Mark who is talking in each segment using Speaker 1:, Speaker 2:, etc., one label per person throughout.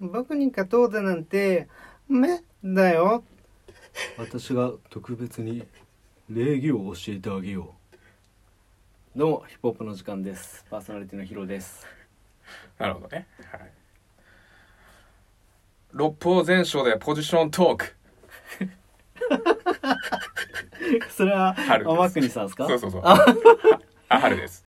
Speaker 1: 僕に勝とうだなんてめだよ
Speaker 2: 私が特別に礼儀を教えてあげようどうもヒップホップの時間ですパーソナリティのヒ ロです
Speaker 3: なるほどね。はい。六方全勝でポジショントーク。
Speaker 2: それは
Speaker 3: 春です
Speaker 2: 天国さんですか
Speaker 3: そうそうそう。
Speaker 2: あ
Speaker 3: あ、あ春です。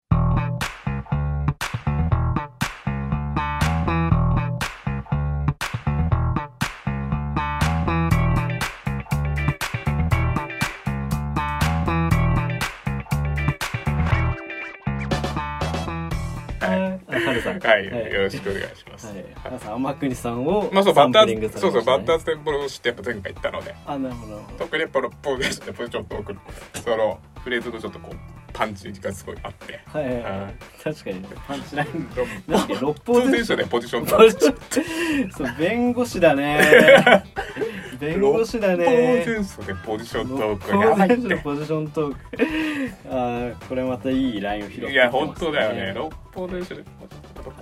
Speaker 2: あ
Speaker 3: は
Speaker 2: 春さん
Speaker 3: い、はい
Speaker 2: はい
Speaker 3: よろしくお願いします。
Speaker 2: はい
Speaker 3: はい
Speaker 2: 春さん天国さんを
Speaker 3: まあそうバッタ
Speaker 2: サンプリング
Speaker 3: ー
Speaker 2: さ
Speaker 3: ズ、
Speaker 2: れ
Speaker 3: そうそうバ
Speaker 2: ました
Speaker 3: ッター
Speaker 2: ね
Speaker 3: ズテンポロしてやっぱ前回言ったので、
Speaker 2: あなるほど
Speaker 3: 特にやっぱ六方全勝でポジショントークのそのフレーズのちょっとこうパンチがすごいあって、
Speaker 2: はいはいは
Speaker 3: はいい
Speaker 2: 確かにパンチライン
Speaker 3: 六
Speaker 2: なんだっけ六方
Speaker 3: 方全
Speaker 2: 全書
Speaker 3: 勝でポジショントーク。
Speaker 2: そう弁護士だ ね弁護士だね
Speaker 3: 六方全勝でポジショントー
Speaker 2: 六
Speaker 3: クやば
Speaker 2: 方
Speaker 3: い
Speaker 2: 全
Speaker 3: っ
Speaker 2: 書の
Speaker 3: て。
Speaker 2: ポジショントークあーこれまたいいラインを拾って
Speaker 3: いや本当だよね。六方全勝で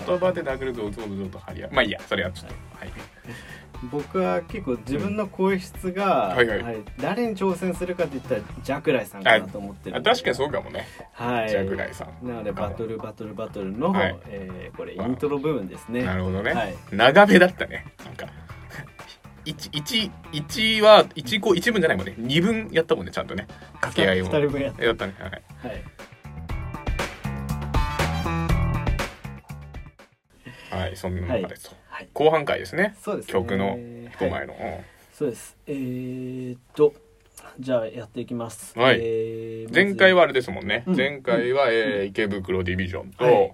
Speaker 3: 言葉で殴るとうとうとうと張り合う。まあいいや、それはちょっと。はい。
Speaker 2: 僕は結構自分の声質が、
Speaker 3: うんはいはい
Speaker 2: 誰に挑戦するかって言ったらジャクライさんかなと思ってる
Speaker 3: あ確かにそううかもね。
Speaker 2: はい
Speaker 3: ジャグライさん。
Speaker 2: なのでバトルバトルバトルの、
Speaker 3: はい
Speaker 2: えーこれイントロ部分ですね
Speaker 3: なるほどね、
Speaker 2: はい
Speaker 3: 長めだったねなんか一一一は一個一分じゃないもんね二分やったもんねちゃんとね掛け合いを
Speaker 2: 二人分やっ
Speaker 3: やったねはい
Speaker 2: はい
Speaker 3: はいそんな中ですと、
Speaker 2: はい
Speaker 3: 後半回ですね
Speaker 2: そうですね
Speaker 3: 曲の
Speaker 2: は
Speaker 3: 一
Speaker 2: い
Speaker 3: 前の、うん
Speaker 2: そうですえー、っとじゃあやっていきます、
Speaker 3: はい
Speaker 2: えーまず
Speaker 3: 前回はあれですもんね、
Speaker 2: うん
Speaker 3: 前回は、えー池袋ディビジョンと、
Speaker 2: はい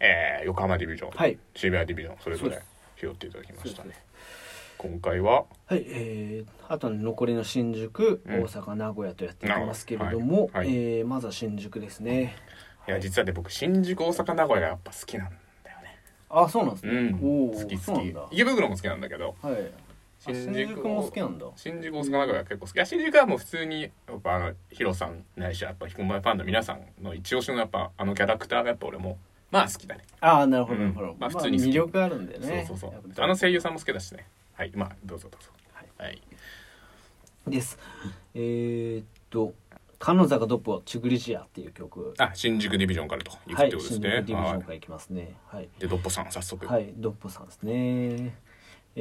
Speaker 3: えー横浜ディビジョン、
Speaker 2: はい
Speaker 3: 渋谷ディビジョンそれぞ
Speaker 2: そう
Speaker 3: れ
Speaker 2: で
Speaker 3: 拾っていただきま
Speaker 2: そう
Speaker 3: し
Speaker 2: です
Speaker 3: た
Speaker 2: ね
Speaker 3: ね今回は
Speaker 2: はい、えー、あとは残りの新宿、
Speaker 3: うん
Speaker 2: 大阪名古屋とやっていきますけれど
Speaker 3: なる
Speaker 2: も
Speaker 3: ほどはいはい
Speaker 2: えーまずは新宿ですね
Speaker 3: いや実はね僕新宿大阪名古屋がやっぱ好きなんだよね
Speaker 2: あそうなんですね、
Speaker 3: うん
Speaker 2: おー
Speaker 3: 好き
Speaker 2: そう
Speaker 3: 好
Speaker 2: なん
Speaker 3: き
Speaker 2: だはい
Speaker 3: 池袋も好きなんだけど
Speaker 2: あ新宿も好きなんだ
Speaker 3: 新宿大阪名古屋結構好きいや新宿はもう普通にやっぱあのヒロさんないしはやっぱ彦摩ファンの皆さんの一押しのやっぱあのキャラクターがやっぱ俺もまあ好きだね
Speaker 2: ああなるほど
Speaker 3: う
Speaker 2: な
Speaker 3: ん
Speaker 2: るほど、
Speaker 3: ま
Speaker 2: ま
Speaker 3: あ
Speaker 2: あ、
Speaker 3: 普通に好き
Speaker 2: 魅力あるんだよね
Speaker 3: そうそうそ
Speaker 2: やっ
Speaker 3: う
Speaker 2: ぱ
Speaker 3: あの声優さんも好きだしねはいまあどうぞどうぞはい、
Speaker 2: ですえー、っと「カノザがドポチグリジア」っていう曲
Speaker 3: あ新宿ディビジョンからと行く
Speaker 2: は
Speaker 3: って
Speaker 2: い
Speaker 3: ことです
Speaker 2: 新宿
Speaker 3: ね
Speaker 2: ディビジョン
Speaker 3: は
Speaker 2: からいきますねはい、
Speaker 3: いでドッポさん早速
Speaker 2: はい、ドッポさんですねえ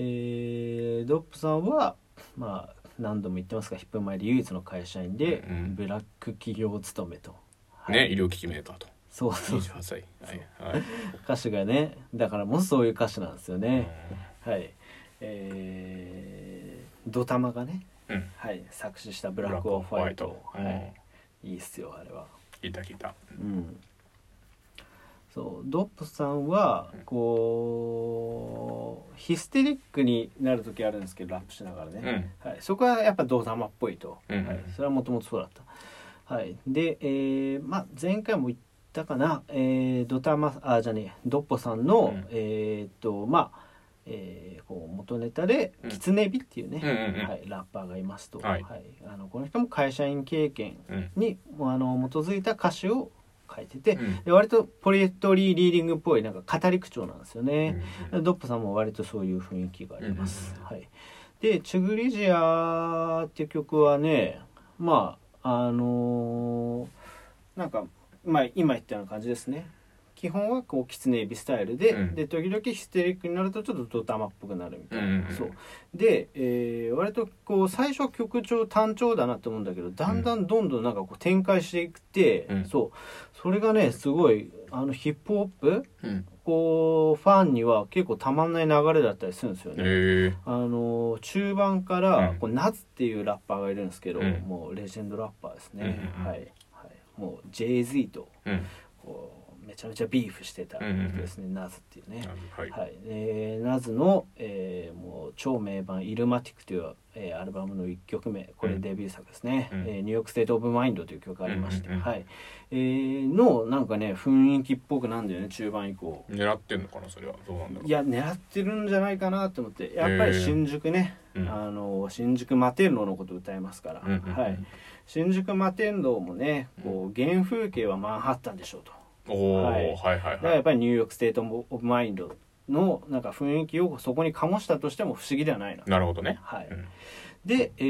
Speaker 2: ー、ドッポさんはまあ何度も言ってますがヒップ前で唯一の会社員で、
Speaker 3: うん
Speaker 2: ブラック企業勤めと、はい
Speaker 3: ね医療機器メーカーと
Speaker 2: そうそう
Speaker 3: 28歳はいはい
Speaker 2: 歌手がねだからもうそういう歌手なんですよね、はいえー、ドタマがね
Speaker 3: うん
Speaker 2: はい、作詞した「ブラック・オフ・ホワイト」はい、いいっすよあれは
Speaker 3: うん聞いた聞いた
Speaker 2: うんそうドップさんはこうヒステリックになる時あるんですけどラップしながら
Speaker 3: う
Speaker 2: ね、
Speaker 3: ん
Speaker 2: はい、そこはやっぱドタマっぽいと、
Speaker 3: うん
Speaker 2: はい、それはもともとそうだった、はい、で、えーまあ、前回も言ったかな、えードタマあじゃねえドッポさんの、
Speaker 3: うん
Speaker 2: えーっとまあえーこう元ネタで
Speaker 3: うん
Speaker 2: キツネビっていうね、
Speaker 3: うんうんうん
Speaker 2: はい、ラッパーがいますと、
Speaker 3: はい
Speaker 2: あのこの人も会社員経験
Speaker 3: うん
Speaker 2: にもうあの基づいた歌詞を書いてて、
Speaker 3: うん
Speaker 2: で割とポリエトリーリーディングっぽいなんか語り口調なんですよね、
Speaker 3: うん
Speaker 2: ドップさんも割とそういう雰囲気があります、
Speaker 3: うん
Speaker 2: はい、で「チュグリジア」っていう曲はねまああのーなんか、まあ、今言ったような感じですね基本はこうキツネエビスタイルで、
Speaker 3: うん
Speaker 2: で時々ヒステリックになるとちょっとドタマっぽくなるみたいな、
Speaker 3: うんうんうん
Speaker 2: そうで、えー割とこう最初は曲調単調だなって思うんだけどだんだんどんどんなんかこう展開していくって、
Speaker 3: うん
Speaker 2: そうそれがねすごいあのヒップホップ
Speaker 3: うん
Speaker 2: こうファンには結構たまんない流れだったりするんですよね。
Speaker 3: え
Speaker 2: あの中盤から、
Speaker 3: うん
Speaker 2: こうナズっていうラッパーがいるんですけど、
Speaker 3: うん
Speaker 2: もうレジェンドラッパーですね、
Speaker 3: うんうんうん
Speaker 2: はい、はい、もう JZ と
Speaker 3: ーうん
Speaker 2: こうめちゃめちゃビーフしてた人ですね、ナズっていうね、
Speaker 3: はい
Speaker 2: はい、えーナズの、えーもう超名盤「イルマティック」という、えーアルバムの1曲目これ
Speaker 3: うん
Speaker 2: デビュー作ですね「
Speaker 3: うん
Speaker 2: えーニューヨーク・ステート・オブ・マインド」という曲がありまして、
Speaker 3: うんうんうん
Speaker 2: はいえーのなんかね雰囲気っぽくなんだよね中盤以降
Speaker 3: 狙ってんのかなそれはどうなんだろう
Speaker 2: いや狙ってるんじゃないかなと思ってやっぱり新宿ね、
Speaker 3: うん
Speaker 2: あの新宿摩天楼のこと歌いますから、
Speaker 3: うんうんうん
Speaker 2: はい、新宿摩天楼もねこう原風景はマンハッタンでしょうと。
Speaker 3: おお、
Speaker 2: は
Speaker 3: はいい、はいはい
Speaker 2: だからやっぱりニューヨーク・ステート・オブ・マインドのなんか雰囲気をそこに醸したとしても不思議ではないな。
Speaker 3: なるほどね。
Speaker 2: はい
Speaker 3: うん
Speaker 2: で、え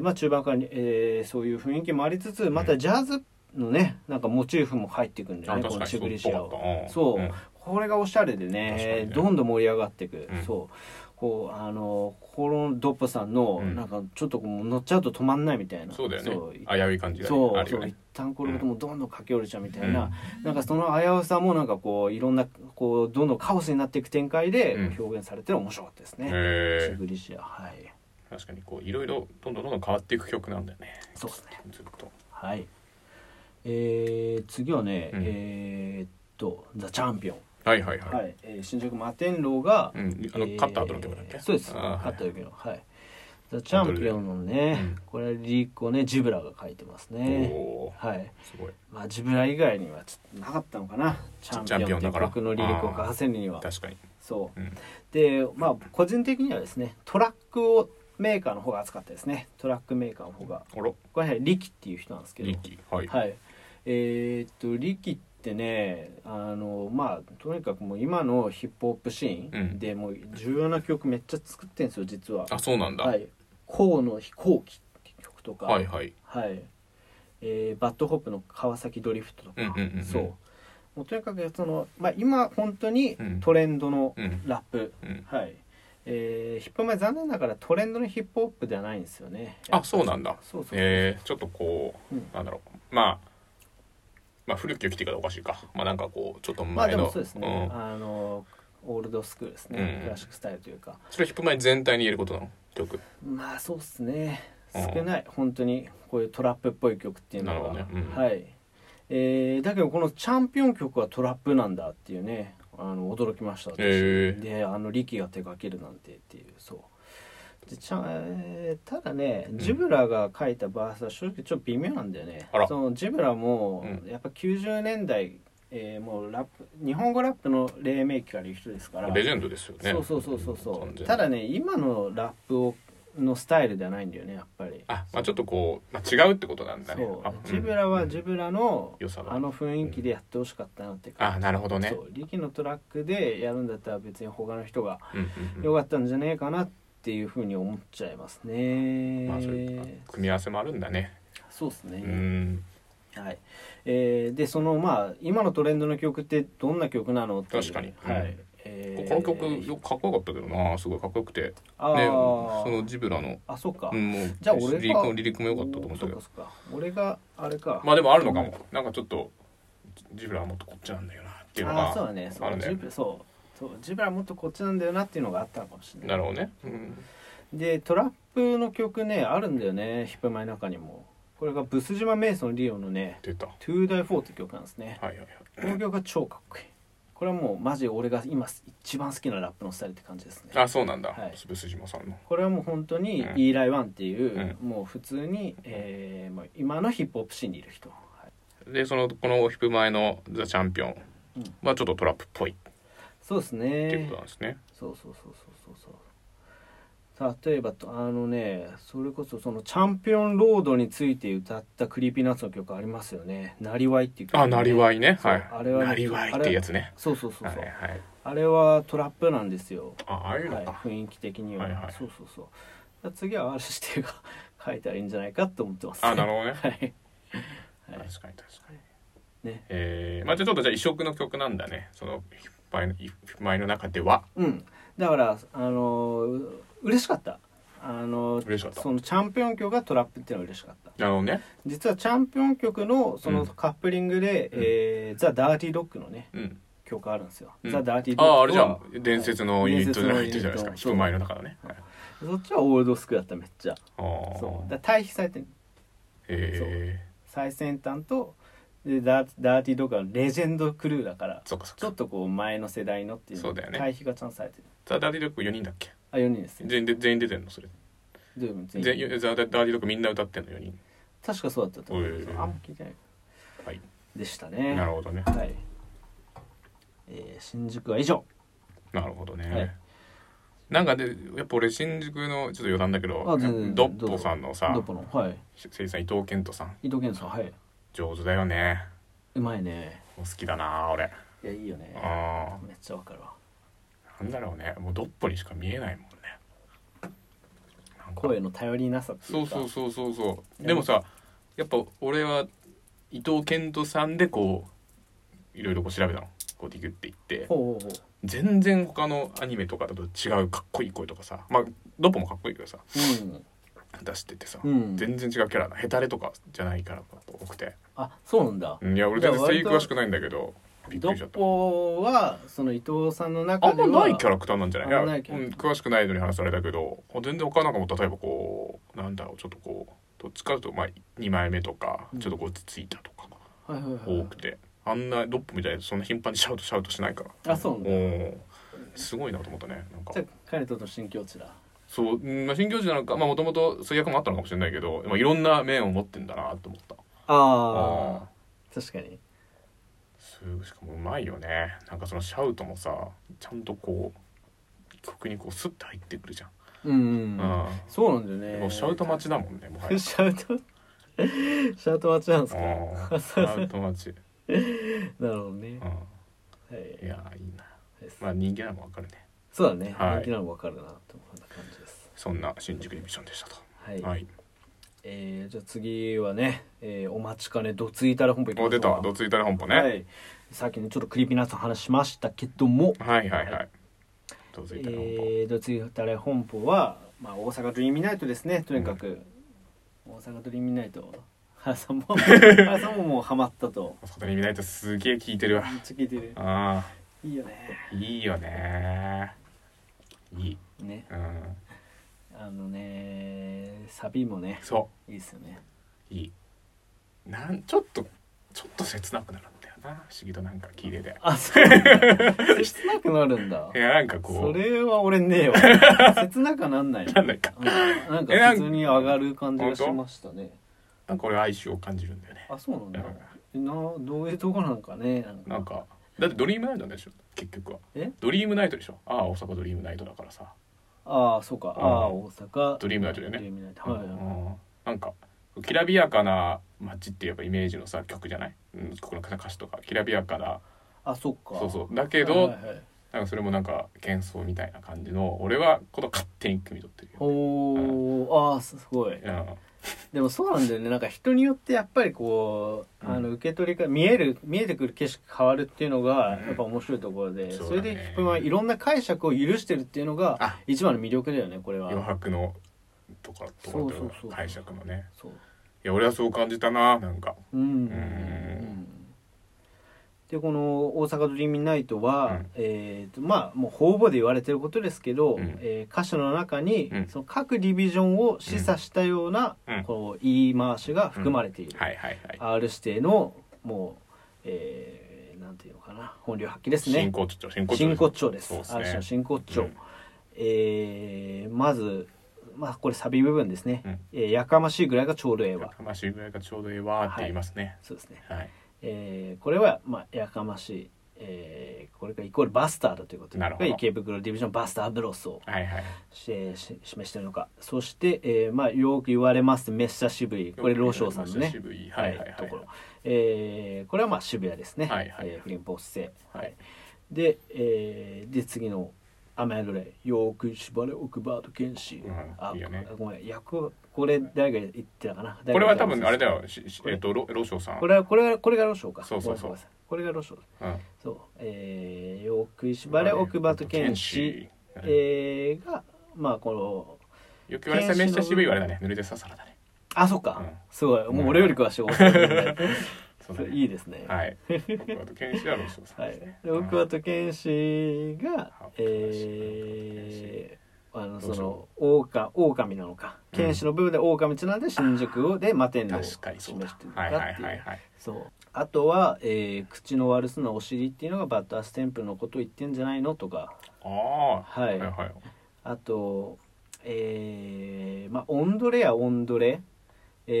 Speaker 2: ーまあ、中盤からに、えーそういう雰囲気もありつつまたジャズのねなんかモチーフも入っていくんだよ
Speaker 3: あ
Speaker 2: ね
Speaker 3: 確
Speaker 2: こ
Speaker 3: か
Speaker 2: の
Speaker 3: に
Speaker 2: シ
Speaker 3: そう
Speaker 2: グ
Speaker 3: っ
Speaker 2: リ
Speaker 3: ぽ
Speaker 2: シ
Speaker 3: か
Speaker 2: ア
Speaker 3: った
Speaker 2: を。
Speaker 3: うん
Speaker 2: そう
Speaker 3: うん
Speaker 2: これがおしゃれで
Speaker 3: 確かに
Speaker 2: ね
Speaker 3: ね
Speaker 2: どんどん盛り上がっていく、
Speaker 3: うん
Speaker 2: そうこうあのこのドッポさんの、
Speaker 3: うん
Speaker 2: なんかちょっとこう乗っちゃうと止まんないみたいな
Speaker 3: そうだよね
Speaker 2: そう。
Speaker 3: 危うい感じがね
Speaker 2: そ
Speaker 3: あ
Speaker 2: う
Speaker 3: るよ
Speaker 2: そう
Speaker 3: ね
Speaker 2: 一。旦このこともどんどん駆け下りちゃうみたいな、
Speaker 4: うん
Speaker 2: なんかその危うさもなんかこういろんなこうどんどんカオスになっていく展開で
Speaker 3: うん
Speaker 2: 表現されてる面白かったですね、シ
Speaker 3: へ
Speaker 2: グリシアはい
Speaker 3: え確かにこういろいろどんどんどんどん変わっていく曲なんだよね。
Speaker 2: そうですね
Speaker 3: ずっと。
Speaker 2: はいえー、次はね、
Speaker 3: うん
Speaker 2: えー、っと「ザ・チャンピオン
Speaker 3: はいはい」は。
Speaker 2: はいい、えー新宿摩天楼が、
Speaker 3: うんあの
Speaker 2: えー
Speaker 3: 勝った後の曲だっけ？
Speaker 2: そうです
Speaker 3: あー
Speaker 2: 勝った時のはい「ザ・チャンピオン」のね、
Speaker 3: うん
Speaker 2: これリコねジブラが書いてますね
Speaker 3: おお
Speaker 2: はい
Speaker 3: すごい
Speaker 2: まあジブラ以外にはちょっとなかったのかなチャンピオンっていう曲のリリコを書かせるには
Speaker 3: 確かに。
Speaker 2: そう
Speaker 3: うん
Speaker 2: でまあ個人的にはですねトラックをメーカーの方が熱かったですねトラックメーカーの方が
Speaker 3: あら
Speaker 2: これはリキっていう人なんですけど
Speaker 3: リッキーはい。
Speaker 2: はい、えーっとリキってねあのまあとにかくもう今のヒップホップシー
Speaker 3: うん
Speaker 2: ンでもう重要な曲めっちゃ作ってんですよ実は。
Speaker 3: あそうなんだ。
Speaker 2: は
Speaker 3: はい
Speaker 2: い「河の飛行機」っていう曲とか、
Speaker 3: はい。
Speaker 2: はいえーバッドホップの「川崎ドリフト」とか、
Speaker 3: うんうんうんうん
Speaker 2: そうもうとにかくその、まあ、今本当に
Speaker 3: うん
Speaker 2: トレンドの
Speaker 3: うん
Speaker 2: ラップ、
Speaker 3: うん。
Speaker 2: はい、えーヒップホップは残念ながらトレンドのヒップホップではないんですよね
Speaker 3: あそうなんだ。
Speaker 2: そうそう、
Speaker 3: えーちょっとこう、
Speaker 2: うん
Speaker 3: なんだろうまあまあ古き良きって言い方おかしいかまあなんかこうちょっと前の、
Speaker 2: まあでもそうですね、
Speaker 3: うん
Speaker 2: あのオールドスクールですね、
Speaker 3: うん
Speaker 2: クラシックスタイルというか
Speaker 3: それはヒップ前全体に言えることなの曲
Speaker 2: まあそうですね
Speaker 3: うん
Speaker 2: 少ない、本当にこういうトラップっぽい曲っていう
Speaker 3: なる
Speaker 2: の
Speaker 3: ほ
Speaker 2: は、
Speaker 3: どね、うん
Speaker 2: はい、えーだけどこのチャンピオン曲はトラップなんだっていうねあの驚きました私、
Speaker 3: へー
Speaker 2: であの力が手掛けるなんてっていうそうでちゃんえーただねジブラが書いたバースは正直ちょっと微妙なんだよね、
Speaker 3: あら
Speaker 2: そのジブラも
Speaker 3: う
Speaker 2: やっぱ90年代、えーもうラップ日本語ラップの黎明期からいう人ですから
Speaker 3: レジェンドですよね
Speaker 2: そうそうそうそうそ
Speaker 3: 完全
Speaker 2: う
Speaker 3: に
Speaker 2: ただね今のラップをのスタイルではないんだよねやっぱり
Speaker 3: あ、まあ、ちょっとこう、まあ、違うってことなんだねあ
Speaker 2: そう
Speaker 3: う
Speaker 2: ジ
Speaker 3: ん
Speaker 2: ブラはジブラの
Speaker 3: 良さが
Speaker 2: あの雰囲気でやってほしかったなって
Speaker 3: あなるほどね
Speaker 2: そう力のトラックでやるんだったら別に他の人が
Speaker 3: うんうん
Speaker 2: 良
Speaker 3: うん
Speaker 2: かったんじゃねえかなっていうふうに思っちゃいますね、
Speaker 3: まあそういう組み合わせもあるんだね
Speaker 2: そうですね、
Speaker 3: うん
Speaker 2: はいえーでそのまあ今のトレンドの曲ってどんな曲なのっていう
Speaker 3: 確かに
Speaker 2: はい
Speaker 3: うん
Speaker 2: え
Speaker 3: こ
Speaker 2: ー
Speaker 3: この曲よくかっこよかったけどなすごいかっこよくてで
Speaker 2: あ
Speaker 3: そ
Speaker 2: ー
Speaker 3: のジブラの
Speaker 2: あそうか、
Speaker 3: うんもう
Speaker 2: じゃあ俺が
Speaker 3: リリックのリリックも良かったと思うんだけど
Speaker 2: そっかそっか俺があれか
Speaker 3: まあでもあるのかもなんかちょっとジブラはもっとこっちなんだよなっていうの
Speaker 2: あーそうだ
Speaker 3: が
Speaker 2: ねそ
Speaker 3: ある
Speaker 2: う
Speaker 3: ね
Speaker 2: ジブそうそうジブラもっとこっちなんだよなっていうのがあったのかもしれない
Speaker 3: なるほどね、うん、
Speaker 2: でトラップの曲ねあるんだよねヒップマイの中にもこれがブス島メイソンリオのね
Speaker 3: 出たは
Speaker 2: 「トゥーダイフォーって曲なんですね
Speaker 3: いはいはい
Speaker 2: この曲が超かっこいいこれはもうマジ俺が今一番好きなラップのスタイルって感じですね
Speaker 3: あそうなんだ、
Speaker 2: はい
Speaker 3: すぶすじまさんの
Speaker 2: これはもう本当に
Speaker 3: うん
Speaker 2: イーライワンっていう、もう普通に、えーもう今のヒップホップシーンにいる人、はい
Speaker 3: でそのこの引く前の「ザ・チャンピオン
Speaker 2: うん」
Speaker 3: はちょっとトラップっぽいっ
Speaker 2: そうです
Speaker 3: ていう
Speaker 2: ね
Speaker 3: ことなんですね、
Speaker 2: そうそうそうそうそうそう例えばとあのねそれこそその「チャンピオンロード」について歌ったクリーピーナッツの曲ありますよね「なりわい」っていう曲、
Speaker 3: あなりわ
Speaker 2: い
Speaker 3: いね
Speaker 2: そう
Speaker 3: はい
Speaker 2: あれはね
Speaker 3: なりわいっていうやつね
Speaker 2: そうそうそう
Speaker 3: は
Speaker 2: そ、
Speaker 3: いうはい
Speaker 2: あれはトラップなんですよ、
Speaker 3: あああい
Speaker 2: は
Speaker 3: うの
Speaker 2: い、
Speaker 3: か、
Speaker 2: 雰囲気的には、
Speaker 3: はいはい
Speaker 2: そうそうそうだから次は R 指定が 書いたらいいんじゃないかと思ってます、
Speaker 3: あなるほどね
Speaker 2: はい、はい
Speaker 3: 確かに確かに
Speaker 2: ね
Speaker 3: えー、まあじゃあちょっとじゃあ異色の曲なんだねその引っ張り引っ張りの中では
Speaker 2: うんだからあのー嬉しかったあのー
Speaker 3: 嬉しかった
Speaker 2: そのチャンピオン曲がトラップっていうのは嬉しかった
Speaker 3: なるほどね
Speaker 2: 実はチャンピオン曲のそうの
Speaker 3: ん
Speaker 2: カップリングで、
Speaker 3: うん
Speaker 2: えーザ・ダーティードッグのね
Speaker 3: うん
Speaker 2: 曲あるんですよ、
Speaker 3: うん
Speaker 2: ザ・ダーティード
Speaker 3: あああ
Speaker 2: ッ
Speaker 3: れ
Speaker 2: グ
Speaker 3: じ
Speaker 2: は
Speaker 3: ゃん伝説のユニットじゃないってじゃないですか
Speaker 2: 伝説
Speaker 3: 引
Speaker 2: のユニット
Speaker 3: く前の中だね、はい、
Speaker 2: そっちはオールドスクールだっためっちゃ
Speaker 3: あ
Speaker 2: そうだ
Speaker 3: ー
Speaker 2: から対比されてる
Speaker 3: え
Speaker 2: 最先端とでダーダーティードッグはレジェンドクルーだから
Speaker 3: ー、そっかそっ
Speaker 2: ちょ
Speaker 3: か
Speaker 2: っとこう前の世代のっていう
Speaker 3: そうだよね
Speaker 2: 対比がちゃんとされてる
Speaker 3: ザ・ダーディ・ドッグ4人だっけ
Speaker 2: あ4人ですね
Speaker 3: 全員で全員出てんのそれ
Speaker 2: どういうこと
Speaker 3: 全員ザ・ダーディ・ドッグみんな歌ってんの4人
Speaker 2: 確かそうだったと思うんです
Speaker 3: え
Speaker 2: よ
Speaker 3: ー
Speaker 2: あんま聞いてない
Speaker 3: はい
Speaker 2: でしたね
Speaker 3: なるほどね
Speaker 2: はい、えー新宿は以上
Speaker 3: なるほどね、
Speaker 2: はい
Speaker 3: なんかでやっぱ俺新宿のちょっと余談だけど
Speaker 2: あ全然
Speaker 3: ドッポさんのさ
Speaker 2: どこのはい
Speaker 3: 声優さん伊藤健人さん
Speaker 2: 伊藤健さんはい
Speaker 3: 上手だよね
Speaker 2: うまいね
Speaker 3: 好きだな俺
Speaker 2: いやいいよね
Speaker 3: あ
Speaker 2: めっちゃわかるわ
Speaker 3: なんだろうねもうドッポにしか見えないもんねなんか
Speaker 2: 声の頼りなさってい
Speaker 3: そうう
Speaker 2: か
Speaker 3: そうそうそうそう
Speaker 2: や
Speaker 3: でもさやっぱ俺は伊藤健人さんでこういろいろこう調べたのこうディグっていって
Speaker 2: ほうほうほう
Speaker 3: 全然他のアニメとかだと違うかっこいい声とかさまあドッポもかっこいいけどさ出しててさ、
Speaker 2: うん
Speaker 3: 全然違うキャラヘタレとかじゃないから多くて
Speaker 2: あそうなんだ
Speaker 3: うんいや俺全然声優
Speaker 2: いや割と
Speaker 3: 詳しくないんだけどびっく
Speaker 2: ド
Speaker 3: りしちゃ
Speaker 2: ッ
Speaker 3: った
Speaker 2: ポはその伊藤さんの中
Speaker 3: あん
Speaker 2: では
Speaker 3: まないキャラクターなんじゃないいや
Speaker 2: あんまないキャラ
Speaker 3: うん詳しくないのに話されたけどあ全然他なんかも例えばこうなんだろうちょっとこうどっちかというと、まあ、2枚目とか
Speaker 2: うん
Speaker 3: ちょっとこう落ち着いたとか
Speaker 2: はいはいはい
Speaker 3: 多くて、あんなドップみたいなそんな頻繁にシャウトシャウトしないから
Speaker 2: あそうなんだ
Speaker 3: おすごいなと思ったねなんか
Speaker 2: じゃあ彼との新境地だ
Speaker 3: そう、うんまあ、新教授なのかもともとそういう役もあったのかもしれないけど、まあ、いろんな面を持ってんだなと思った
Speaker 2: ああ確かに
Speaker 3: すごいしかもうまいよねなんかそのシャウトもさちゃんとこう曲にこうスッて入ってくるじゃん、
Speaker 2: うんうん、うん、
Speaker 3: うん
Speaker 2: そうなんだよ
Speaker 3: も
Speaker 2: ね
Speaker 3: うシャウト待ちだもんねもはや
Speaker 2: シャウト シャウト待ちなんですか
Speaker 3: うんシャウト待ち、う
Speaker 2: なるほどね、
Speaker 3: ん、
Speaker 2: はいい、
Speaker 3: やいいなまあ人気なのも分かるね
Speaker 2: そうだね、
Speaker 3: はい
Speaker 2: 人気なの分かるなって思った感じです
Speaker 3: そんな新宿ディビジョンでしたと
Speaker 2: はい、
Speaker 3: はい
Speaker 2: えー、じゃあ次はね、えーお待ちかねどついたら本編いきましょ
Speaker 3: お
Speaker 2: うか
Speaker 3: 出たどついたら本舗ね、
Speaker 2: は、い、さっきねちょっとクリーピーナッツの話しましたけども
Speaker 3: はいはいはいどついたら本舗、
Speaker 2: えー、ドツイタレ本舗は、まあ、大阪ドリーミナイトですねとにかく、大阪ドリーミナイト 原さん も原さんももうハマったと
Speaker 3: お外に見ないとすげえ聞いてるわ
Speaker 2: めっちゃ聞いてる
Speaker 3: あ
Speaker 2: いいよね
Speaker 3: あいいよねいい
Speaker 2: ね
Speaker 3: うん
Speaker 2: あのねサビもね
Speaker 3: そ
Speaker 2: いいですよ ね
Speaker 3: ういいなんちょっとちょっと切なくなるんだよな不思議となんか聞いてて
Speaker 2: あそうなんだ切なくなるんだ
Speaker 3: いやなんかこ
Speaker 2: そうれは俺ねえわ切なくは なんない
Speaker 3: なんだか
Speaker 2: うんなん
Speaker 3: え
Speaker 2: か
Speaker 3: なん
Speaker 2: 普通に上がる感じがしましたね
Speaker 3: なんか俺哀愁を感じるんだよね
Speaker 2: あそうなんだ
Speaker 3: う
Speaker 2: えなどういうとこなんかねなん
Speaker 3: ん
Speaker 2: か
Speaker 3: なんかだってドリームナイトなんでしょ結局は
Speaker 2: え
Speaker 3: ドリームナイトでしょああ大阪ドリームナイトだからさ
Speaker 2: ああそうか、
Speaker 3: うん
Speaker 2: ああ大阪
Speaker 3: ドリームナイトだよね
Speaker 2: ドリームナイトはい、
Speaker 3: うんなんかきらびやかな街ってやっぱイメージのさ曲じゃない、うん、ここの歌詞とかきらびやかな
Speaker 2: あそっか
Speaker 3: そうそううだけど、
Speaker 2: はいはいはい
Speaker 3: なんかそれもなんか幻想みたいな感じの俺はこの勝手に汲み取ってるよ、
Speaker 2: おー、ああすごい
Speaker 3: うん、
Speaker 2: でもそうなんだよねなんか人によってやっぱりこう、
Speaker 3: うん
Speaker 2: あの受け取りが見える見えてくる景色変わるっていうのが
Speaker 3: うん
Speaker 2: やっぱ面白いところで、
Speaker 3: そう
Speaker 2: そ
Speaker 3: だ
Speaker 2: れ
Speaker 3: ね
Speaker 2: でヒップマンはいろんな解釈を許してるっていうのが
Speaker 3: あ
Speaker 2: 一番の魅力だよねこれは
Speaker 3: 余白のとかところ
Speaker 2: そうそうそう
Speaker 3: 解釈のね
Speaker 2: そう
Speaker 3: いや俺はそう感じたななんか
Speaker 2: うん、
Speaker 3: ん
Speaker 2: でこの「大阪ドリーミーナイトは」
Speaker 3: うん
Speaker 2: えーとまあもう方々で言われてることですけど、
Speaker 3: うん
Speaker 2: えー歌詞の中に、
Speaker 3: うん
Speaker 2: その各ディビジョンを示唆したような、
Speaker 3: うん
Speaker 2: こう言い回しが含まれている、
Speaker 3: はいはいはい、
Speaker 2: R 指定のもう、えーなんていうのかな本領発揮です
Speaker 3: 真
Speaker 2: ね
Speaker 3: 骨頂真骨頂
Speaker 2: 真骨頂です
Speaker 3: そうです
Speaker 2: R 指定
Speaker 3: ね
Speaker 2: の真骨頂、
Speaker 3: うん
Speaker 2: えーまず、まあ、これサビ部分ですね、
Speaker 3: うん
Speaker 2: えーやかましいぐらいがちょうどええわ
Speaker 3: やかましいぐらいがちょうどええわって言いますね
Speaker 2: そうですね
Speaker 3: はい、
Speaker 2: えーこれは、まあ、やかましい、えーこれがイコールバスターだということ
Speaker 3: なるほど
Speaker 2: 池袋ディビジョンバスターブロスを
Speaker 3: はいはい
Speaker 2: しし示しているのかそして、えーまあ、よく言われますめっちゃ渋いこれ老少さんのね
Speaker 3: 渋いはいはいはい
Speaker 2: ところ、えーこれはまあ渋谷ですね、
Speaker 3: はいはい
Speaker 2: えー不倫防止性、
Speaker 3: はい
Speaker 2: で,、えーで次の「雨宿れよーく縛れ奥バード剣士」
Speaker 3: うん
Speaker 2: あ
Speaker 3: いいよね
Speaker 2: ごめん役これ誰が言ってたかな
Speaker 3: これは多分あれだ
Speaker 2: よ
Speaker 3: よししえっとろ老少さん
Speaker 2: これはこれがこれが老少か
Speaker 3: そうそうそう
Speaker 2: ごめんなさいこれが老少
Speaker 3: うん
Speaker 2: そう、えー、よくしばれ奥歯と剣士、
Speaker 3: うん
Speaker 2: えー、がまあこの
Speaker 3: よく言われためっちゃ渋いわあれだね濡れてささらだね
Speaker 2: あそっか、
Speaker 3: うん
Speaker 2: すごいもう俺より詳しい、
Speaker 3: そう
Speaker 2: そ
Speaker 3: だ
Speaker 2: う
Speaker 3: ね
Speaker 2: いいですね
Speaker 3: はい。あと剣士はロシさ
Speaker 2: は
Speaker 3: ん
Speaker 2: い
Speaker 3: ですね。
Speaker 2: で奥歯と剣士が
Speaker 3: あ
Speaker 2: えー、あの
Speaker 3: ど
Speaker 2: そう
Speaker 3: し
Speaker 2: の
Speaker 3: よ
Speaker 2: 狼狼なのか
Speaker 3: うん
Speaker 2: 剣士の部分で狼ちなんで新宿をで摩天楼を示
Speaker 3: 確かに
Speaker 2: して
Speaker 3: そ
Speaker 2: る
Speaker 3: う
Speaker 2: か
Speaker 3: だ。
Speaker 2: っていう
Speaker 3: はいはいはいはい。
Speaker 2: そうあとは、えー口の悪そうなお尻っていうのがバッターステンプのことを言ってんじゃないのとか
Speaker 3: ああ。
Speaker 2: はい
Speaker 3: はいはい。
Speaker 2: あと、えー、まあ、オンドレやオンドレ、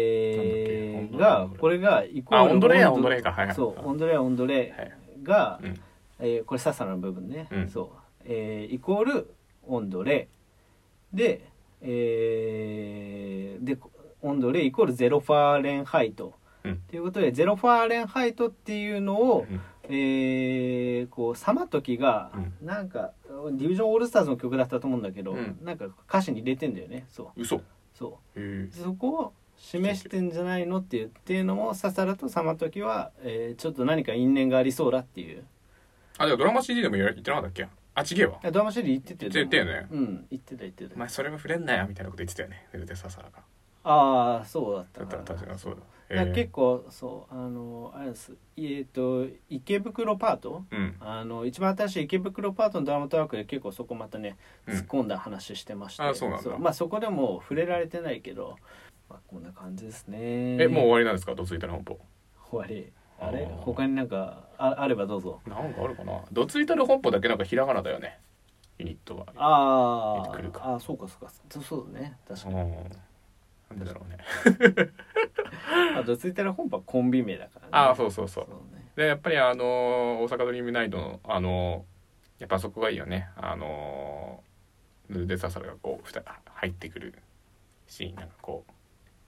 Speaker 2: えー、が
Speaker 3: なんだっけオンドレオンドレ
Speaker 2: これがイコー
Speaker 3: あ
Speaker 2: ル
Speaker 3: オンドレやオ
Speaker 2: ド
Speaker 3: ンドレかはいはい。
Speaker 2: そう、オンドレやオンドレ
Speaker 3: はい
Speaker 2: が、
Speaker 3: うん
Speaker 2: えーこれササラの部分ね、
Speaker 3: うん
Speaker 2: そう、えーイコールオンドレで、えーで、オンドレイコールゼロファーレンハイト。
Speaker 3: うん
Speaker 2: ということでゼロファーレンハイトっていうのを、
Speaker 3: うん
Speaker 2: えー、こう「さまとき」が
Speaker 3: う
Speaker 2: なんかディビジョンオールスターズの曲だったと思うんだけど、
Speaker 3: うん
Speaker 2: なんか歌詞に入れてんだよねそう
Speaker 3: 嘘へ
Speaker 2: そ
Speaker 3: え
Speaker 2: うそこを示してんじゃないのっていうっていうのもささらと「さまときは」えーちょっと何か因縁がありそうだっていう
Speaker 3: あでもドラマ CD でも言わ言ってなかったっけあちげえわ
Speaker 2: あドラマシリー言ってた
Speaker 3: 言ってたよね
Speaker 2: うん言ってた言って
Speaker 3: お
Speaker 2: た
Speaker 3: 前それは触れんなよみたいなこと言ってたよねででささらが
Speaker 2: ああそうだった
Speaker 3: だったら確かにそうだ
Speaker 2: だから
Speaker 3: へ
Speaker 2: 結構そうあのあれですえっ、と池袋パート
Speaker 3: えうん
Speaker 2: あの一番新しい池袋パートのドラマトラックで結構そこまたね
Speaker 3: うん
Speaker 2: 突っ込んだ話してまして、
Speaker 3: あそうなんだ
Speaker 2: まあそこでもう触れられてないけど、まあ、こんな感じですね
Speaker 3: えもう終わりなんですかどついたランポ
Speaker 2: 終わりあれ
Speaker 3: あー
Speaker 2: 他になんかああればどうぞ
Speaker 3: なんかあるかなどついたる本舗だけなんかひらがなだよねユニットは
Speaker 2: あ
Speaker 3: 出てくる
Speaker 2: ー
Speaker 3: か
Speaker 2: あーそうかそうかそうそうだね確か
Speaker 3: うん
Speaker 2: に
Speaker 3: なんでだろうね
Speaker 2: あとついたら本はコンビ名だからね
Speaker 3: ああそうそうそう
Speaker 2: そうね
Speaker 3: でやっぱりあのー大阪ドリームナイトのあのーやっぱそこがいいよねあのーでささらがこうふた入ってくるシーンなんかこう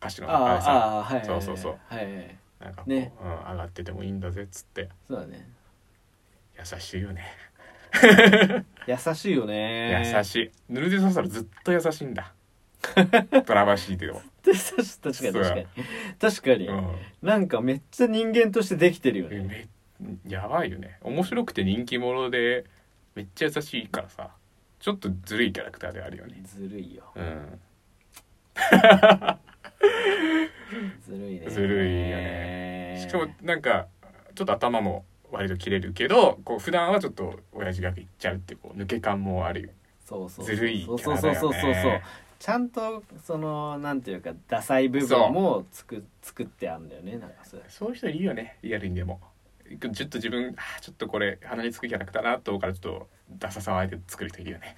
Speaker 3: 歌詞の
Speaker 2: あ
Speaker 3: 中でさ
Speaker 2: ああーはいはいはい
Speaker 3: そうそう
Speaker 2: はいはい
Speaker 3: なんかこう、
Speaker 2: ね
Speaker 3: うん、上がっててもいいんだぜっつって
Speaker 2: そうだね
Speaker 3: 優しいよね、
Speaker 2: 優しい よね
Speaker 3: 優しいヌルデササラずっと優しい んだドラマ CD でも、
Speaker 2: 確かに確かに確かに、
Speaker 3: う
Speaker 2: なんかめっちゃ人間としてできてるよ
Speaker 3: ん、
Speaker 2: ね
Speaker 3: めやばいよね面白くて人気者でめっちゃ優しいからさちょっとずるいキャラクターであるよね
Speaker 2: ずるいよ
Speaker 3: うん
Speaker 2: ずるいね
Speaker 3: ずるいよ
Speaker 2: ね
Speaker 3: しかもなんかちょっと頭も割と切れるけどこう普段はちょっと親父が行っちゃうっていうこう抜け感もあるよ
Speaker 2: そうそう
Speaker 3: ずるいキ
Speaker 2: そう
Speaker 3: ャ
Speaker 2: そう
Speaker 3: ラ
Speaker 2: そ
Speaker 3: だ
Speaker 2: う
Speaker 3: よね
Speaker 2: そうそうちゃんとそのなんていうかダサい部分もつく作ってあるんだよねなんかそれ
Speaker 3: そういう人いるよねリアルにでもちょっと自分あーちょっとこれ鼻につくキャラクターだなと思うからちょっとダサさをあえて作る人いるよね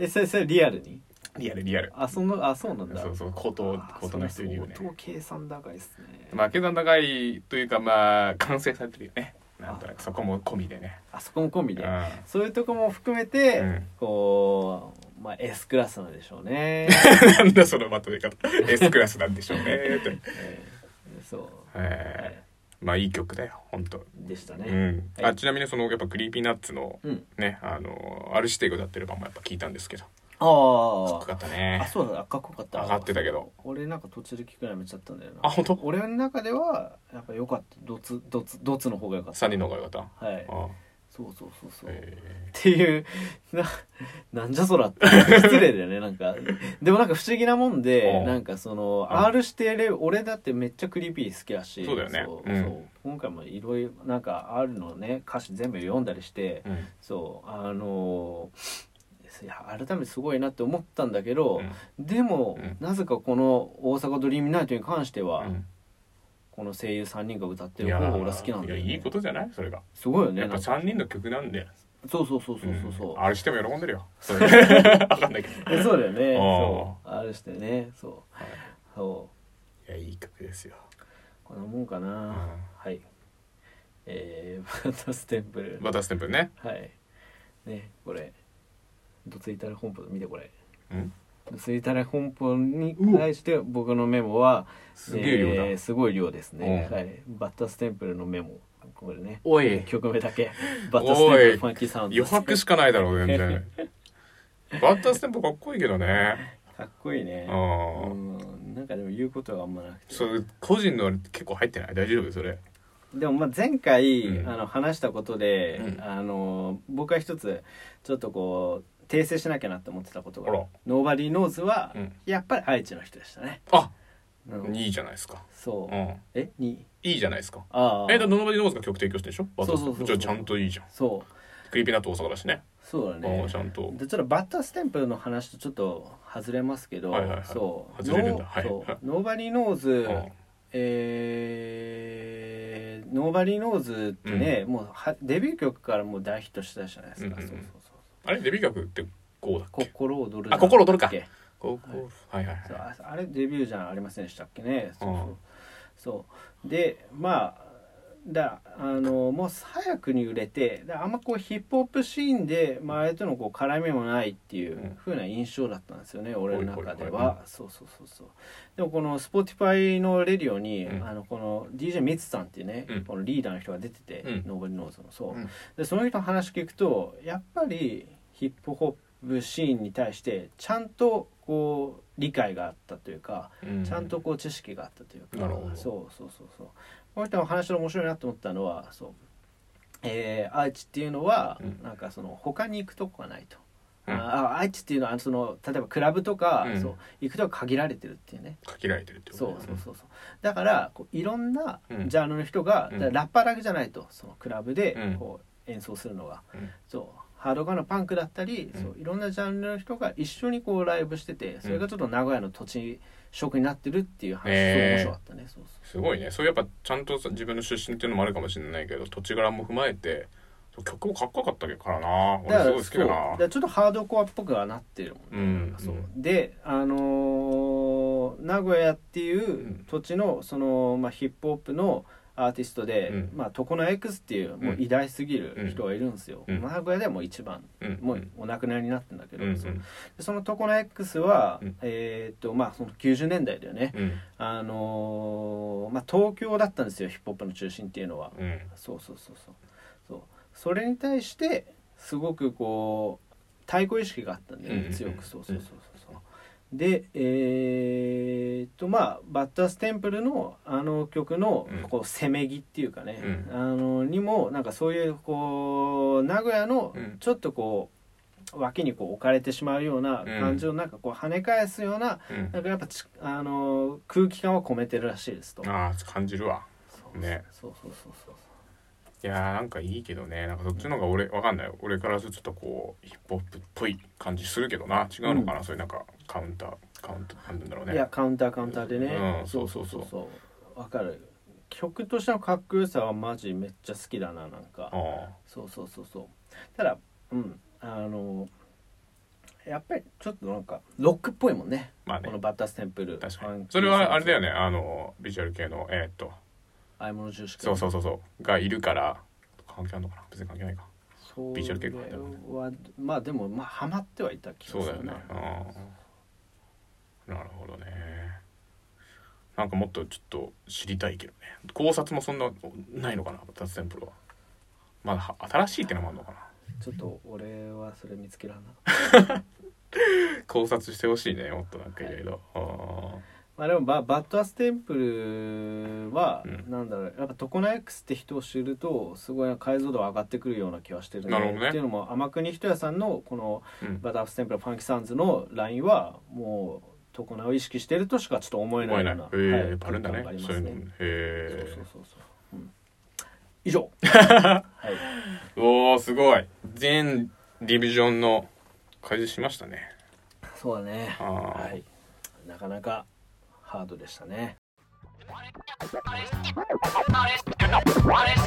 Speaker 2: えそれそれリアルに
Speaker 3: リアルリアル
Speaker 2: あそのあそうなんだ
Speaker 3: そうそう高等
Speaker 2: あー
Speaker 3: 高等な人いるよね
Speaker 2: それ相当計算高いっすね、
Speaker 3: まあ計算高いというかまあ完成されてるよねなんとなくそこも込みでね
Speaker 2: あそこも込み
Speaker 3: う
Speaker 2: で、
Speaker 3: ん
Speaker 2: そういうとこも含めて、
Speaker 3: うん
Speaker 2: こうまあ S クラスなんでしょうね、
Speaker 3: なん だそのまと め方 S クラスなんでしょうねって、
Speaker 2: えーそう、は
Speaker 3: え
Speaker 2: い
Speaker 3: ー、まあいい曲だよ本当
Speaker 2: でした
Speaker 3: う
Speaker 2: ね、
Speaker 3: ん、
Speaker 2: は
Speaker 3: あ
Speaker 2: い
Speaker 3: ちなみにそのやっぱクリーピーナッツの
Speaker 2: うん
Speaker 3: ねあのアルシテイが歌ってる版もやっぱ聞いたんですけどかっ
Speaker 2: あ
Speaker 3: こよかった
Speaker 2: ああ
Speaker 3: ね
Speaker 2: そうだかっこよかった
Speaker 3: 上がってたけど
Speaker 2: 俺なんか途中で聞くのやめちゃったんだよな
Speaker 3: あ本当
Speaker 2: 俺の中ではやっぱ良かったドツドツドツの方が良かっ
Speaker 3: 3人の方がよかった
Speaker 2: たはい
Speaker 3: あ
Speaker 2: そうそうそうそう、
Speaker 3: え
Speaker 2: っていうな なんじゃそらって失礼だよねなんかでもなんか不思議なもんで
Speaker 3: うん
Speaker 2: なんかその、
Speaker 3: うん
Speaker 2: R してる俺だってめっちゃクリーピー好きだし
Speaker 3: そうだよね
Speaker 2: そう
Speaker 3: うん
Speaker 2: そう今回もいろいろなんか R のね歌詞全部読んだりして、
Speaker 3: ーうん
Speaker 2: そうあのーいや改めてすごいなって思ったんだけど、
Speaker 3: うん
Speaker 2: でも、
Speaker 3: うん
Speaker 2: なぜかこの「大阪ドリームナイト」に関しては、
Speaker 3: うん
Speaker 2: この声優3人が歌って
Speaker 3: い
Speaker 2: る
Speaker 3: や
Speaker 2: 方が
Speaker 3: ー
Speaker 2: 俺は好きなんだよ、ね、
Speaker 3: いやいいことじゃないそれが
Speaker 2: すごいよね
Speaker 3: やっぱ
Speaker 2: なんか
Speaker 3: 3人の曲なんで
Speaker 2: そうそうそうそうそうそう、
Speaker 3: んあれしても喜んでるよそ れわかんないけど
Speaker 2: えそうだよね
Speaker 3: あー
Speaker 2: そうあれしてねそう
Speaker 3: はい
Speaker 2: そう
Speaker 3: いやいい曲ですよ
Speaker 2: こんなもんかな、はいえー、バ タステンプル
Speaker 3: バターステンプね
Speaker 2: はいねこれどついたら本舗見てこれ
Speaker 3: うん
Speaker 2: どついたら本舗に対して僕のメモは
Speaker 3: すげえ量だ、
Speaker 2: えーすごい量ですね、
Speaker 3: うん
Speaker 2: はいバッタステンプルのメモこれね
Speaker 3: おい
Speaker 2: 曲名だ けバッタステンプルファンキーサウンド
Speaker 3: 余白しかないだろう全然バッターステンプかっこいいけどね
Speaker 2: かっこいいね
Speaker 3: うん
Speaker 2: うんなんかでも言うことがあんまなくて
Speaker 3: そう個人の結構入ってない大丈夫それ
Speaker 2: でもまあ前回、
Speaker 3: うん
Speaker 2: あの話したことで、
Speaker 3: うん
Speaker 2: あの僕は一つちょっとこう訂正しなきゃなって思ってたこと
Speaker 3: あら
Speaker 2: が「ノーバディーノーズは、
Speaker 3: うん
Speaker 2: やっぱり愛知の人でしたね。
Speaker 3: あ
Speaker 2: うん
Speaker 3: いいじゃないですか
Speaker 2: そうう、
Speaker 3: ん
Speaker 2: えに
Speaker 3: いいじゃないですか
Speaker 2: ああ
Speaker 3: えっとノーバディノーズが曲提供してるでしょバ
Speaker 2: そう
Speaker 3: トス
Speaker 2: そうそ
Speaker 3: テン
Speaker 2: う
Speaker 3: プじゃあちゃんといいじゃん
Speaker 2: そう
Speaker 3: クリーピーナット大阪だしね
Speaker 2: そうだ
Speaker 3: う
Speaker 2: ね
Speaker 3: んちゃんと
Speaker 2: でちょっとバッターステンプルの話とちょっと外れますけど、
Speaker 3: はいはいはい
Speaker 2: そう
Speaker 3: 外れるんだ
Speaker 2: ノー
Speaker 3: はい
Speaker 2: そうノーバディーノーズ、
Speaker 3: うん
Speaker 2: えー、ノーバディーノーズってね、もうはデビュー曲からもう大ヒットしたじゃないですか、
Speaker 3: うんうんうん
Speaker 2: そうそうそう
Speaker 3: あれデビュー曲ってこうだっけ
Speaker 2: 心躍る
Speaker 3: あ心躍るか
Speaker 2: だっけ
Speaker 3: こうこうはいはい
Speaker 2: そう
Speaker 3: は
Speaker 2: ああれデビューじゃありませんでしたっけねそうそう
Speaker 3: うん
Speaker 2: そうでまあだあのもう早くに売れてだあんまこうヒップホップシーンで周りとのこう絡みもないっていう
Speaker 3: うん
Speaker 2: 風な印象だったんですよね、俺の中で
Speaker 3: おいおいおい
Speaker 2: はそうそうそうそうでもこの Spotify のレディオに、
Speaker 3: うん
Speaker 2: あのこの DJ ミツさんっていうね、
Speaker 3: うん
Speaker 2: このリーダーの人が出てて、
Speaker 3: うん
Speaker 2: ノーブリノーズのそう、
Speaker 3: うん
Speaker 2: でその人の話聞くとやっぱりヒップホップシーンに対してちゃんとこう理解があったというか、ちゃんとこう知識があったというか、
Speaker 3: なるほど
Speaker 2: そうそうそうそうこの人の話の面白いなと思ったのはそう、えー、愛知っていうのは、
Speaker 3: うん
Speaker 2: なんかその他に行くとこがないと。
Speaker 3: うん
Speaker 2: ああ愛知っていうのはその例えばクラブとか、
Speaker 3: うん
Speaker 2: そう行くとこ限られてるっていうね
Speaker 3: 限られてるってこと
Speaker 2: そ
Speaker 3: だ
Speaker 2: う
Speaker 3: よね
Speaker 2: そうそうそうだからこういろんな
Speaker 3: うん
Speaker 2: ジャンルの人が、
Speaker 3: うん
Speaker 2: だからラッパーだけじゃないとそのクラブで
Speaker 3: うん
Speaker 2: こう演奏するのが、
Speaker 3: うん
Speaker 2: そうハードガーのパンクだったり、
Speaker 3: うん
Speaker 2: そういろんなジャンルの人が一緒にこうライブしててそれがちょっと名古屋の土地色になってるっていう話、
Speaker 3: へー
Speaker 2: すごい面白かったねそう
Speaker 3: すごいねそういうやっぱちゃんとさ自分の出身っていうのもあるかもしれないけど土地柄も踏まえてそう曲もかっこよかったからな
Speaker 2: そう
Speaker 3: 俺すごい好
Speaker 2: そ
Speaker 3: き
Speaker 2: う
Speaker 3: だ
Speaker 2: だか
Speaker 3: な
Speaker 2: らちょっとハードコアっぽくはなってるもんね、
Speaker 3: うん
Speaker 2: なんかそう
Speaker 3: うん
Speaker 2: であのー名古屋ってい
Speaker 3: ん
Speaker 2: う土地のその、まあ、ヒップホップのアーティストで、
Speaker 3: うん
Speaker 2: まあ、常野 X っていうもう偉大すぎる人がいるんですよ、
Speaker 3: うんうん
Speaker 2: まあ名古屋ではもう一番
Speaker 3: うん
Speaker 2: もうお亡くなりになってんだけ
Speaker 3: うん
Speaker 2: ど、
Speaker 3: うん
Speaker 2: そうでその常野 X は、
Speaker 3: うん
Speaker 2: えーっとまあその90年代だよね、
Speaker 3: うん
Speaker 2: あのーまあ東京だったんですよヒップホップの中心っていうのは、
Speaker 3: うん
Speaker 2: そうそうそうそうそうそれに対してすごくこう対抗意識があったんで、
Speaker 3: うんうんうん
Speaker 2: 強くそうそうそうそうそうでえーっとまあバッターステンプルのあの曲の
Speaker 3: うん
Speaker 2: こうせめぎっていうかね、
Speaker 3: うん
Speaker 2: あのにもなんかそういうこう名古屋の
Speaker 3: うん
Speaker 2: ちょっとこう脇にこう置かれてしまうような感じをなんかこう跳ね返すような
Speaker 3: うん
Speaker 2: なんかやっぱちあの空気感を込めてるらしいですと。
Speaker 3: ああ感じるわ
Speaker 2: そう
Speaker 3: ね
Speaker 2: そうそうそうそう
Speaker 3: いやーなんかいいけどねなんかそっちの方が俺わかんない俺からするとこうヒップホップっぽい感じするけどな違うのかな、そういうなんかカウンターカウンターなんて言うんだろうね
Speaker 2: いやカウンターカウンターでね、
Speaker 3: うんそうそうそう
Speaker 2: そうわかる曲としてのかっこよさはマジめっちゃ好きだななんか
Speaker 3: ああ
Speaker 2: そうそうそうそうただうんあのやっぱりちょっとなんかロックっぽいもんね
Speaker 3: まあ
Speaker 2: この
Speaker 3: ね
Speaker 2: バッターステンプル
Speaker 3: 確か
Speaker 2: ファン
Speaker 3: に
Speaker 2: キー
Speaker 3: それはあれだよ
Speaker 2: ね
Speaker 3: ねあのビジュアル系のえーっと
Speaker 2: 合い物重視
Speaker 3: そう
Speaker 2: う
Speaker 3: そうそうそうがいるから関係あるのかな別に関係ないか
Speaker 2: そう
Speaker 3: ビジュアル系
Speaker 2: こ
Speaker 3: か
Speaker 2: れはまあでもまあハマってはいた気がす
Speaker 3: そ
Speaker 2: る
Speaker 3: うだよね
Speaker 2: な
Speaker 3: うんなるほどねなんかもっとちょっと知りたいけどね考察もそんなないのかな達ンプロはまだは新しいってのもあるのかな
Speaker 2: ちょっと俺はそれ見つけらんなかった
Speaker 3: 考察してほしいねもっとなんかいろいろあ
Speaker 2: まあでもババッドアステンプルは、
Speaker 3: うん
Speaker 2: なんだろうやっぱ常野 X って人を知るとすごい解像度が上がってくるような気はしてる
Speaker 3: なるほどね
Speaker 2: っていうのも天国人屋さんのこの
Speaker 3: ーうん
Speaker 2: バッドアステンプルファンキーサウンズのラインはもう常野を意識してるとしかちょっと思えな
Speaker 3: 思え
Speaker 2: い
Speaker 3: な
Speaker 2: よ
Speaker 3: いう
Speaker 2: な
Speaker 3: えー
Speaker 2: はい
Speaker 3: やっぱあるんだね
Speaker 2: 空間がありま
Speaker 3: そうい
Speaker 2: す
Speaker 3: うの
Speaker 2: ね
Speaker 3: へ
Speaker 2: そうそうそ
Speaker 3: え
Speaker 2: うそう、うん以 上はい
Speaker 3: おーすごい全ディビジョンの解説しましたね
Speaker 2: そうだね
Speaker 3: ああ
Speaker 2: はいなかなかハードでしたね
Speaker 4: Honest, honest, honest.